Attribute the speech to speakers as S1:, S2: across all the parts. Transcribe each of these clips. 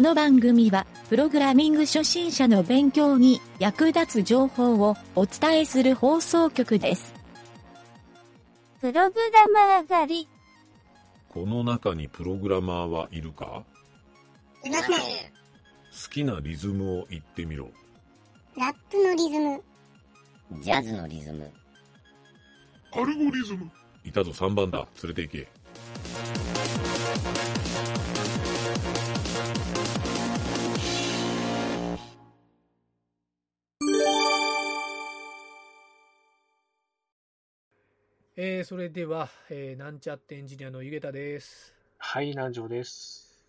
S1: の番組は、プログラミング初心者の勉強に役立つ情報をお伝えする放送局です。
S2: プログラマー上がり。
S3: この中にプログラマーはいるか
S4: いません。
S3: 好きなリズムを言ってみろ。
S4: ラップのリズム。
S5: ジャズのリズム。
S6: アルゴリズム。
S3: いたぞ3番だ。連れて行け。
S7: えーそれでは、えーなんちゃってエンジニアのゆげたです、
S8: はい、南條です。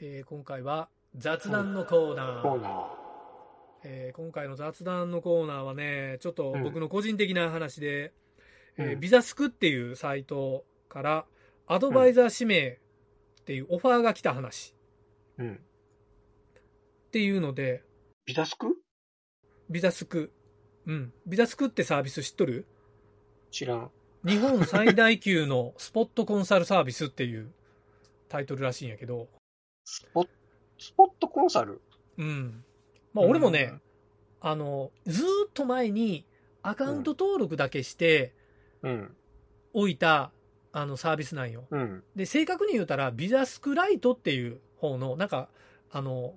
S7: えー今回は雑談のコーナー、
S8: コーナー。
S7: えー今回の雑談のコーナーはねちょっと
S8: うん
S7: 僕の個人的な話で、えー
S8: うん
S7: ビザスクっていうサイトからアドバイザー指名っていうオファーが来た話
S8: うん。
S7: っていうので
S8: ビタスク
S7: ビザスクうんビザスクってサービス知っとる
S8: 知らん。
S7: 日本最大級のスポットコンサルサービスっていうタイトルらしいんやけど
S8: スポッ、スポットコンサル
S7: うんまあ俺もね、あの、ずーっと前にアカウント登録だけして
S8: うん。
S7: おいた、あのサービスなんよ。
S8: うん。
S7: で、正確に言うたら、ビザスクライトっていう方の、なんか、あの、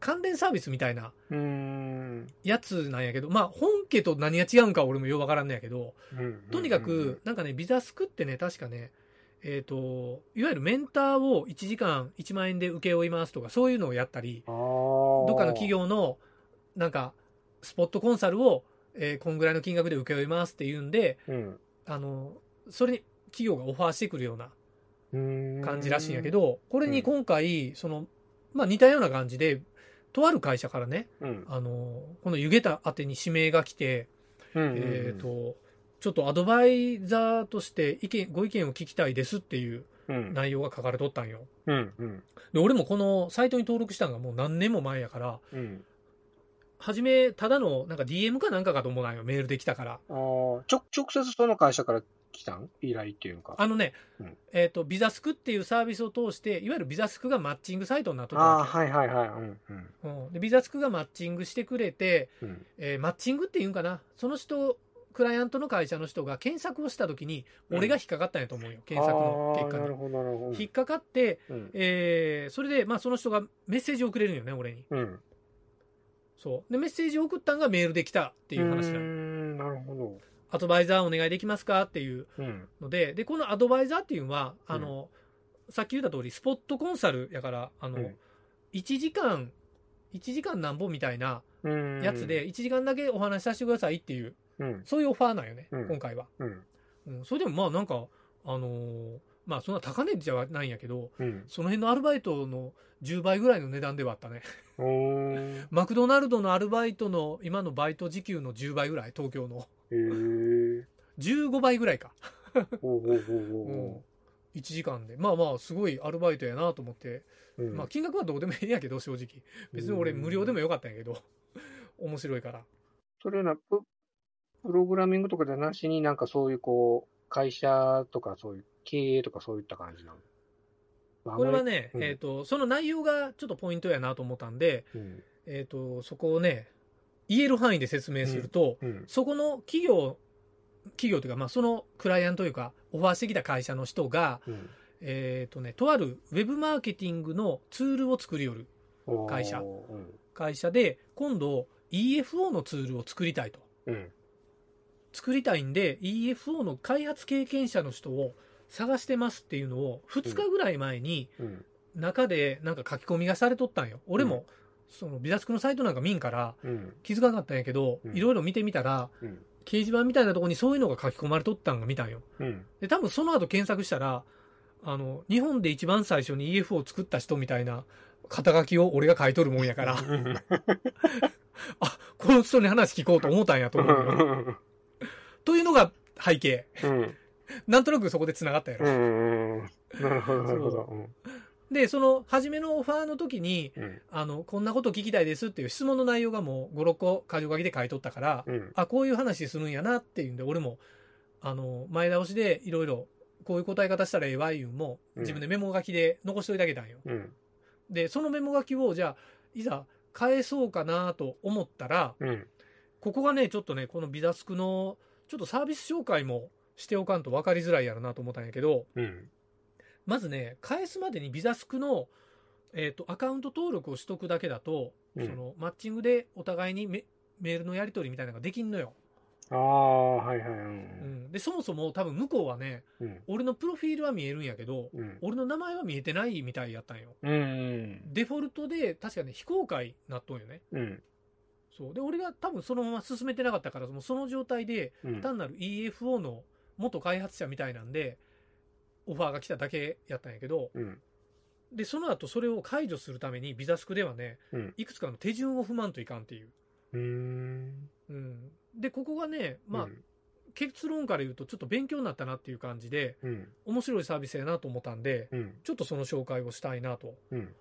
S7: 関連サービスみたいな
S8: うーん。
S7: やつなんやけど、まあ、本家と何が違うんか俺もようわからんのやけど、
S8: うん
S7: とにかく、、なんかね、ビザスクってね、確かね、えっ、と、いわゆるメンターを1時間1万円で請け負いますとか、そういうのをやったり、
S8: ど
S7: どっかの企。業の、なんか、スポットコンサルを、えーこんぐらいの金額で請け負いますっていうんで、
S8: うん。
S7: あの、それに企業がオファーしてくるような
S8: うーん
S7: 感じらしいんやけ、ど、これに今回、その、まあ似たような感じで、とある会社からね、
S8: うん。
S7: あの、この湯げた宛てに指名が来て、
S8: うん
S7: えっ、、と、ちょっとアドバイザーとして意見、ご意見を聞きたいですっていう
S8: うん。
S7: 内容が書かれとったんよ。
S8: うん。うん。
S7: で、俺もこのサイトに登録したのがもう何年も前やから、
S8: うん。
S7: 初め、ただの、なんか DM かなんかかと思わないよ、メールできたから。
S8: あーちょ、直接その会社から来たん依頼っていうか。
S7: あのね、
S8: うん
S7: えっ、と、ビザスクっていうサービスを通して、いわゆるビザスクがマッチングサイトになっとった
S8: あー、
S7: わけ
S8: はいはいはい。うん。うん。
S7: うん、でビザスクがマッチングしてくれて、
S8: うん。
S7: えーマッチングっていうんかな、その人、クライアントの会社の人が検索をしたときに、
S8: うん
S7: 俺が引っかかったんやと思うよ、検索の結
S8: あーな
S7: 果
S8: る
S7: に。
S8: ほど、なるほど。
S7: 引っかかって、
S8: うん。
S7: えーそれで、まあ、その人がメッセージをくれるんよね、俺に。
S8: うん。
S7: そうでメッセージを送ったんがメールできたっていう話
S8: うー
S7: だよ
S8: んなるほど。
S7: アドバイザーお願いできますかっていう
S8: うん。
S7: のでで、このアドバイザーっていうのは、あのさっき言った通り、スポットコンサルやから、あの
S8: うん
S7: 1時間、1時間なんぼみたいな
S8: うん
S7: やつで、、1時間だけお話しさせてくださいっていう、
S8: うん。
S7: そういうオファーなんよね、
S8: うん
S7: 今回は。
S8: うん。
S7: うん、それでもまあ、なんか、あのーまあ、そんな高値じゃないんやけど、
S8: うん。
S7: その辺のアルバイトの10倍ぐらいの値段ではあったね。
S8: おー。
S7: マクドナルドのアルバイトの今のバイト時給の10倍ぐらい、東京の。
S8: へえ。
S7: 15倍ぐらいか。
S8: おうおうお
S7: う
S8: うお
S7: ん1時間でまあまあすごいアルバイトやなと思って、
S8: う。うん
S7: まあ金額はどうでもいいんやけど正直別に俺無料でもよかったんやけど 面白いから
S8: それなプ、プログラミングとかじゃなしになんかそういうこう、会社とかそういう経営とかそういった感じなの。まあ
S7: これは、ね、
S8: うん
S7: えっとその内容がちょっとポイントやなと思ったんで、
S8: あんまりうん。
S7: えっとそこをね言える範囲で説明すると、
S8: うん。
S7: そこの企業企業というか、まあ、そのクライアントというかオファーしてきた会社の人が、
S8: うん
S7: えっとね、とあるウェブマーケティングのツールを作りよる
S8: おー
S7: 会社
S8: うん。
S7: 会社で今度 EFO のツールを作りたいと。
S8: うん。
S7: 作りたいんで EFO の開発経験者の人を探してますっていうのを2日ぐらい前に
S8: うん。
S7: 中でなんか書き込みがされとったんよ俺
S8: う
S7: もそのビザスクのサイトなんか見んから
S8: うん。
S7: 気づかなかったんやけど
S8: うん
S7: いろいろ見てみたら
S8: うん。
S7: 掲示板みたいなとこにそういうのが書き込まれとったんが見たんよ
S8: うん。
S7: で多分その後検索したらあの日本で一番最初に EFO を作った人みたいな肩書きを俺が書いとるもんやから あこの人に話聞こうと思ったんやと思うよというのが背景
S8: うん。
S7: なんとなくそこで繋がったやろ
S8: うん。なるほど、なるほど。うん
S7: で、その、初めのオファーの時に、
S8: うん。
S7: あの、こんなこと聞きたいですっていう質問の内容がもう5、6個箇条書きで書いとったから、
S8: うん。
S7: あ、こういう話するんやなっていうんで、俺も、あの、前倒しでいろいろ、こういう答え方したらええわいうんも、
S8: うん
S7: 自分でメモ書きで残しといてあげたんよ。
S8: うん。
S7: で、そのメモ書きを、じゃあ、いざ返そうかなと思ったら、
S8: うん。
S7: ここがね、ちょっとね、このビザスクの、ちょっとサービス紹介もしておかんと分かりづらいやろなと思ったんやけど、
S8: うん。
S7: まずね、返すまでにビザスクの、えっ、と、アカウント登録をしとくだけだと、
S8: うん
S7: その、マッチングでお互いにメメールのやり取りみたいなのができんのよ。
S8: ああ、はいはい。う。
S7: うんん。で、そもそも多分向こうはね、
S8: うん。
S7: 俺のプロフィールは見えるんやけど、
S8: うん。
S7: 俺の名前は見えてないみたいやったんよ。
S8: うん。
S7: デフォルトで、確かね、非公開なっとんよね。
S8: うん。
S7: そう。で、俺が多分そのまま進めてなかったから、もうその状態で、
S8: うん。
S7: 単なる EFO の元開発者みたいなんで、オファーが来ただけやったんやけど、
S8: うん。
S7: で、その後それを解除するために、ビザスクではね、
S8: うん
S7: いくつかの手順を踏まんといかんっていう。
S8: うーん。
S7: うん。で、ここがね、まあ、
S8: うん
S7: 結論から言うと、ちょっと勉強になったなっていう感じで、
S8: うん。
S7: 面白いサービスやなと思ったんで、
S8: うん。
S7: ちょっとその紹介をしたいなと
S8: うん。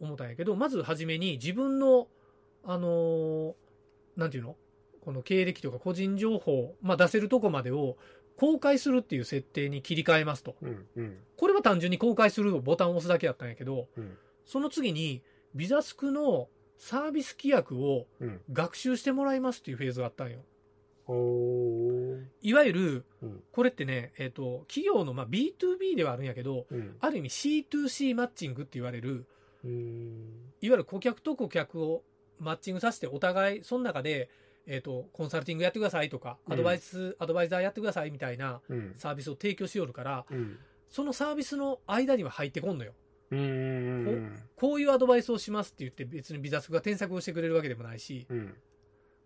S7: 思ったんやけど、まずはじめに自分の、あのーなんていうのこの経歴とか個人情報、まあ、出せるとこまでを公開するっていう設定に切り替えますと。
S8: うん。うん。
S7: これは単純に公開するボタンを押すだけやったんやけど、
S8: うん
S7: その次に、ビザスクのサービス規約を
S8: うん
S7: 学習してもらいますっていうフェーズがあったんよ。
S8: おー。
S7: いわゆる
S8: うん、
S7: これってね、えっ、と、企業の、まあ、B2B ではあるんやけど、
S8: うん。
S7: ある意味 C2C マッチングって言われる、
S8: うーん。
S7: いわゆる顧客と顧客をマッチングさせて、お互い、その中で、えっ、と、コンサルティングやってくださいとか、
S8: うん
S7: アドバイス、アドバイザーやってくださいみたいな
S8: うん。
S7: サービスを提供しよるから、
S8: うん。
S7: そのサービスの間には入ってこんのよ。
S8: うーん。
S7: こういうアドバイスをしますって言って別にビザスクが添削をしてくれるわけでもないし、
S8: うん。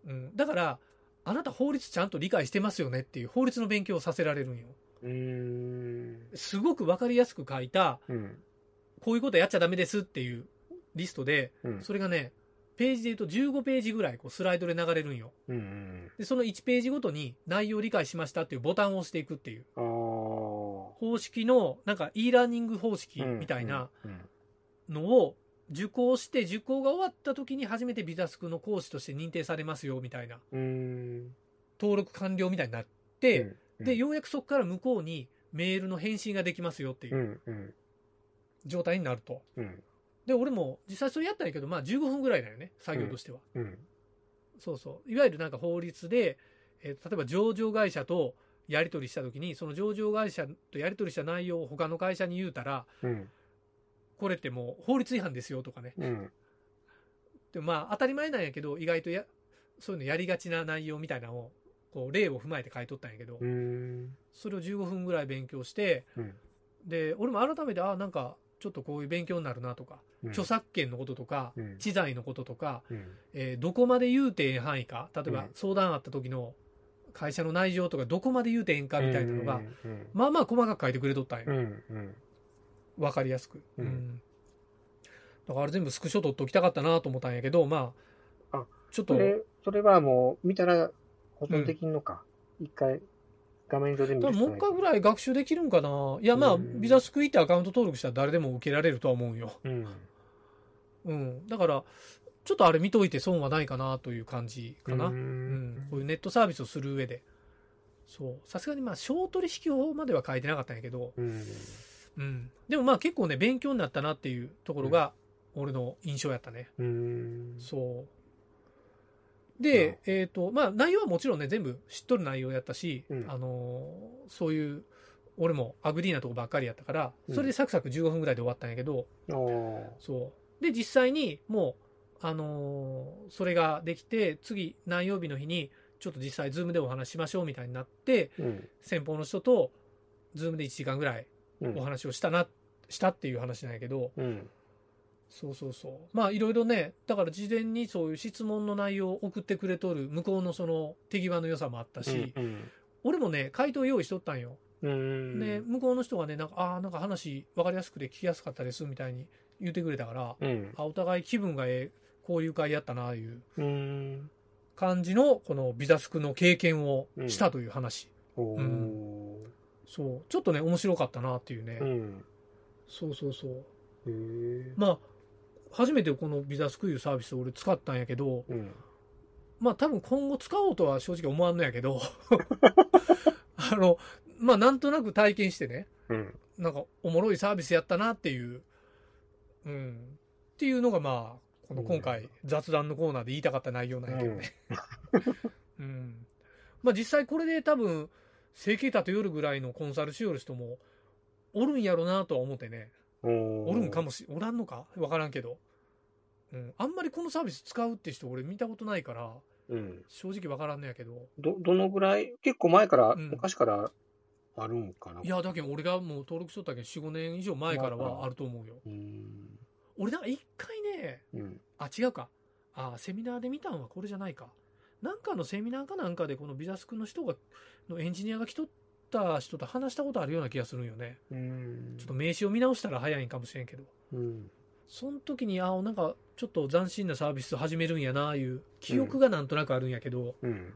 S7: うん、だから、あなた法律ちゃんと理解してますよねっていう法律の勉強をさせられるんよ。
S8: うーん。
S7: すごくわかりやすく書いた、
S8: うん。
S7: こういうことやっちゃダメですっていうリストで、
S8: うん。
S7: それがね、ページで言うと15ページぐらいこうスライドで流れるんよ。
S8: うんうん。
S7: で、その1ページごとに内容を理解しましたっていうボタンを押していくっていう、
S8: あー。
S7: 方式の、なんか e ラーニング方式みたいな
S8: うん。
S7: のを受講して、受講が終わった時に初めてビザスクの講師として認定されますよみたいな、
S8: うん。うん。
S7: 登録完了みたいになって、
S8: うんうん。
S7: で、ようやくそこから向こうにメールの返信ができますよっていううん
S8: うん。
S7: 状態になると。
S8: うん。
S7: で、俺も実際それやったんやけど、まあ15分ぐらいだよね、作業としては。
S8: うん。
S7: そうそう。いわゆるなんか法律で、えー例えば上場会社とやり取りしたときに、その上場会社とやり取りした内容を他の会社に言うたら、
S8: うん。
S7: これってもう法律違反ですよとかね。
S8: うん。
S7: でまあ当たり前なんやけど、意外とや、そういうのやりがちな内容みたいなのを、こう例を踏まえて書いとったんやけど
S8: う、ん。
S7: それを15分ぐらい勉強して、
S8: うん
S7: で、俺も改めて、ああ、なんか、ちょっとこういう勉強になるなとか、
S8: うん
S7: 著作権のこととか、
S8: うん
S7: 知財のこととか、
S8: うん。
S7: えーどこまで言うてええ範囲か、例え
S8: う
S7: ば
S8: ん
S7: 相談あった時の会社の内情とか、どこまで言うてええんかみたいなのが、
S8: うん。
S7: まあまあ細かく書いてくれとったん
S8: う
S7: よ。
S8: ん。うん。
S7: わかりやすく。
S8: うん
S7: うんだからあれ全部スクショ取っておきたかったなと思ったんやけど、まあ
S8: あ、
S7: ちょっと
S8: そ、れ、それはもう、見たら保存できんのか。一回、画面上で見
S7: 多
S8: る
S7: 分
S8: し
S7: もう一
S8: かない
S7: 回ぐらい学習できるんかな。いや、まあ、
S8: うん
S7: ビザスクイってアカウント登録したら誰でも受けられるとは思うよ。
S8: うん。
S7: うん。だから、ちょっとあれ見といて損はないかなという感じかな。
S8: う
S7: うん
S8: ん。
S7: こういうネットサービスをする上で。そう。さすがにまあ、小取引法までは書いてなかったんやけど、
S8: うん。
S7: うん。でもまあ結構ね、勉強になったなっていうところが、俺の印象やったね。
S8: うん。
S7: そう。
S8: な
S7: で
S8: る、
S7: えっ、と、まあ内容はもちろんね、全部知っとる内容やったし、
S8: うん
S7: あのーそういう、俺もアグリーなとこばっかりやったから、
S8: うん
S7: それでサクサク15分ぐらいで終わったんやけど、
S8: お
S7: そう。で、実際にもう、あのーそれができて、次、何曜日の日に、ちょっと実際、ズームでお話ししましょうみたいになって、
S8: ー。うん。
S7: 先方の人と、ズームで1時間ぐらい
S8: うん
S7: お話をしたな、したっていう話なんやけど、
S8: うん。
S7: そうそうそう。まあ、いろいろね、だから事前にそういう質問の内容を送ってくれとる、向こうのその手際の良さもあったし、
S8: うん。
S7: 俺もね、回答用意しとったんよ。
S8: うん。
S7: で、向こうの人がね、なんか、ああ、なんか話分かりやすくて聞きやすかったです、みたいに言ってくれたから、
S8: うん。
S7: あお互い気分がええ、こういう会やったな、いう
S8: うん。
S7: 感じの、このビザスクの経験をしたという話。
S8: お
S7: う
S8: ー。
S7: そう。ちょっとね、面白かったな、っていうね。
S8: うん。
S7: そうそうそう。
S8: へー
S7: まあ、初めてこのビザスクいうサービスを俺使ったんやけど、
S8: うん。
S7: まあ多分今後使おうとは正直思わんのやけ ど、あの、まあなんとなく体験してね、
S8: うん。
S7: なんかおもろいサービスやったなっていううん。っていうのがまあ、この今
S8: う
S7: 回
S8: ん
S7: 雑談のコーナーで言いたかった内容なんやけどね。うん。まあ実際これで多分、整形たと夜ぐらいのコンサルしよる人もおるんやろなとは思ってね。
S8: お
S7: おるんか
S8: も。
S7: もし、おらんのかわからんけど。うん。あんまりこのサービス使うって人俺見たことないから、
S8: うん。
S7: 正直わからんのやけど。
S8: ど、どのぐらい結構前から、
S7: うん
S8: 昔からあるんかない
S7: や、だけど俺がもう登録しとったけん4、5年以上前からはあると思うよ。
S8: うん。
S7: 俺なんか一回ね、
S8: うん。
S7: あ、違うか。あ、セミナーで見たんはこれじゃないか。なんかのセミナーかなんかでこのビザスクの人が、のエンジニアが来とった人と話したことあるような気がするんよね。
S8: うん
S7: ちょっと名刺を見直したら早いんかもしれんけど。
S8: うん。
S7: その時に、あ、なんかちょっと斬新なサービス始めるんやな、いう記憶がなんとなくあるんやけど、
S8: うん。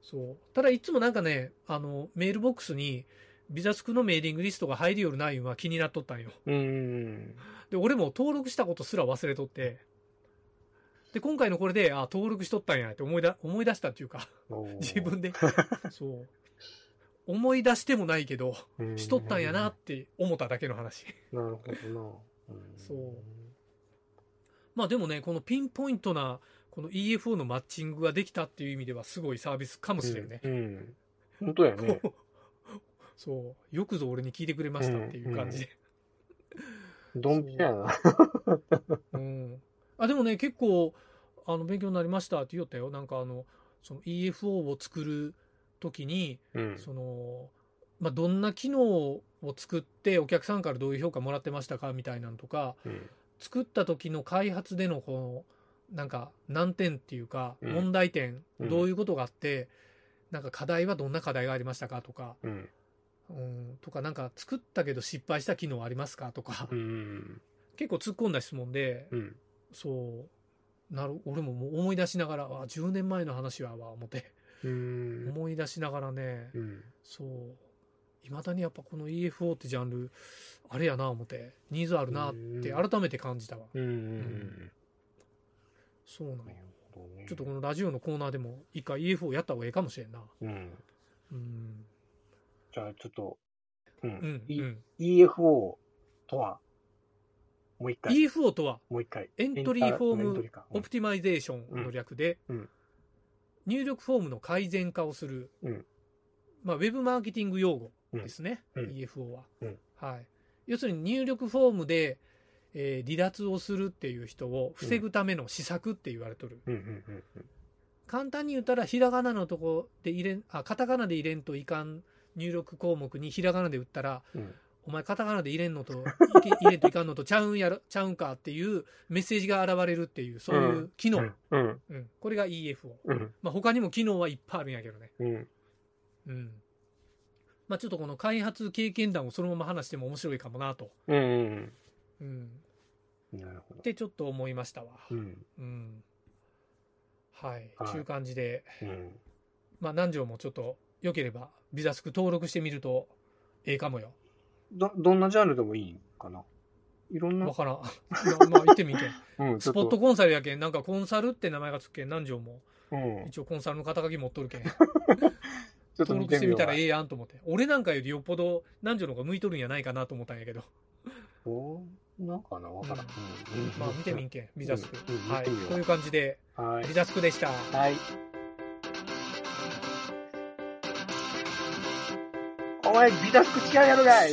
S7: そう。ただいつもなんかね、あの、メールボックスに、ビザスクのメーリングリストが入りよるないは気になっとったんよ。
S8: うん。
S7: で、俺も登録したことすら忘れとって、で、今回のこれで、あ、登録しとったんやって思いだ、思い出したっていうか、
S8: おー
S7: 自分で、そう。思い出してもないけど、しとったんやなっ。て思っただけの話。
S8: なるほどな。ん
S7: そうまあでもね、このピンポイントな、この EFO のマッチングができたっていう意味ではすごいサービスかもしれんね。
S8: うん。うん本当やね。
S7: そう。よくぞ俺に聞いてくれましたっていう感じで。
S8: ドンピシャやな。
S7: うん、あでもね結構あの勉強になりましたって言おったよなんかあのその EFO を作る時に
S8: うん。
S7: その、まあ、どんな機能を作ってお客さんからどういう評価もらってましたかみたいなのとか
S8: うん
S7: 作った時の開発でのこのなんか難点っていうか
S8: うん
S7: 問題点、
S8: うん
S7: どういうことがあってなんか課題はどんな課題がありましたかとか、
S8: うん。
S7: うん、とかなんか作ったけど失敗した機能ありますかとか、
S8: うん。
S7: 結構突っ込んだ質問で
S8: うん。
S7: そうなる俺ももう思い出しながらあ10年前の話はわ思って
S8: うん。
S7: 思い出しながらね
S8: うん。
S7: そういまだにやっぱこの EFO ってジャンルあれやな思ってニーズあるなって
S8: うん
S7: 改めて感じたわ
S8: うんうん。
S7: そうなんよ
S8: なるほどね
S7: ちょっとこのラジオのコーナーでも一回 EFO やった方がええかもしれんな
S8: うん。
S7: うん
S8: じゃあちょっと、う
S7: うんん、う
S8: い
S7: ん
S8: EFO とは、もう一回、
S7: EFO とは
S8: もう一回。
S7: エントリーフォーム
S8: エントリか
S7: オプティマイゼーションの略で、
S8: うんうん
S7: 入力フォームの改善化をする、
S8: うん
S7: まあ、ウェブマーケティング用語ですね、
S8: うんうん
S7: EFO は、
S8: うん
S7: はい。要するに入力フォームで、えー離脱をするっていう人を防ぐための施策って言われとる、
S8: うんうんうん
S7: 簡単に言ったらひらがなのとこで入れんあカタカナで入れんといかん入力項目にひらがなで打ったら、
S8: うん
S7: お前カタカナで入れんのといけ入れんといかんのとちゃうんやろちゃうんかっていうメッセージが現れるっていうそういう機能、
S8: うん。うん
S7: うんこれが EFO、
S8: うん
S7: まあ、他にも機能はいっぱいあるんやけどね、
S8: うん。
S7: うんまあ、ちょっとこの開発経験談をそのまま話しても面白いかもなと、
S8: うんうん
S7: うん、
S8: うん。なるほ
S7: っ
S8: ど。
S7: てちょっと思いましたわ、
S8: うん。
S7: うんはい
S8: はい
S7: 中感じで、
S8: うん。
S7: まあ、南條もちょっとよければビザスク登録してみるとええかもよ
S8: ど、どんなジャンルでもいいんかないろんな
S7: わ、からん まあまあ言ってみて
S8: うん、 ち
S7: ス
S8: ょっ
S7: ポット
S8: と、
S7: コンサルやけんなんかコンサルって名前がつくけん南條も
S8: うん、ち
S7: 一応コンサルの肩書き持っとる けん
S8: ょっと
S7: 登
S8: 見
S7: 録
S8: て
S7: して
S8: み
S7: み
S8: よう
S7: たらええやんと思って俺なんかよりよっぽど南條の方が向いとるんやないかなと思ったんやけど
S8: そうなんかなわからん。うん
S7: まあ見てみんけんビザスク、
S8: うんうん
S7: はい
S8: 見てみよう
S7: という感じで
S8: はい
S7: ビ。ザスクでした、
S8: はい。お前、ビダスク違うやろがい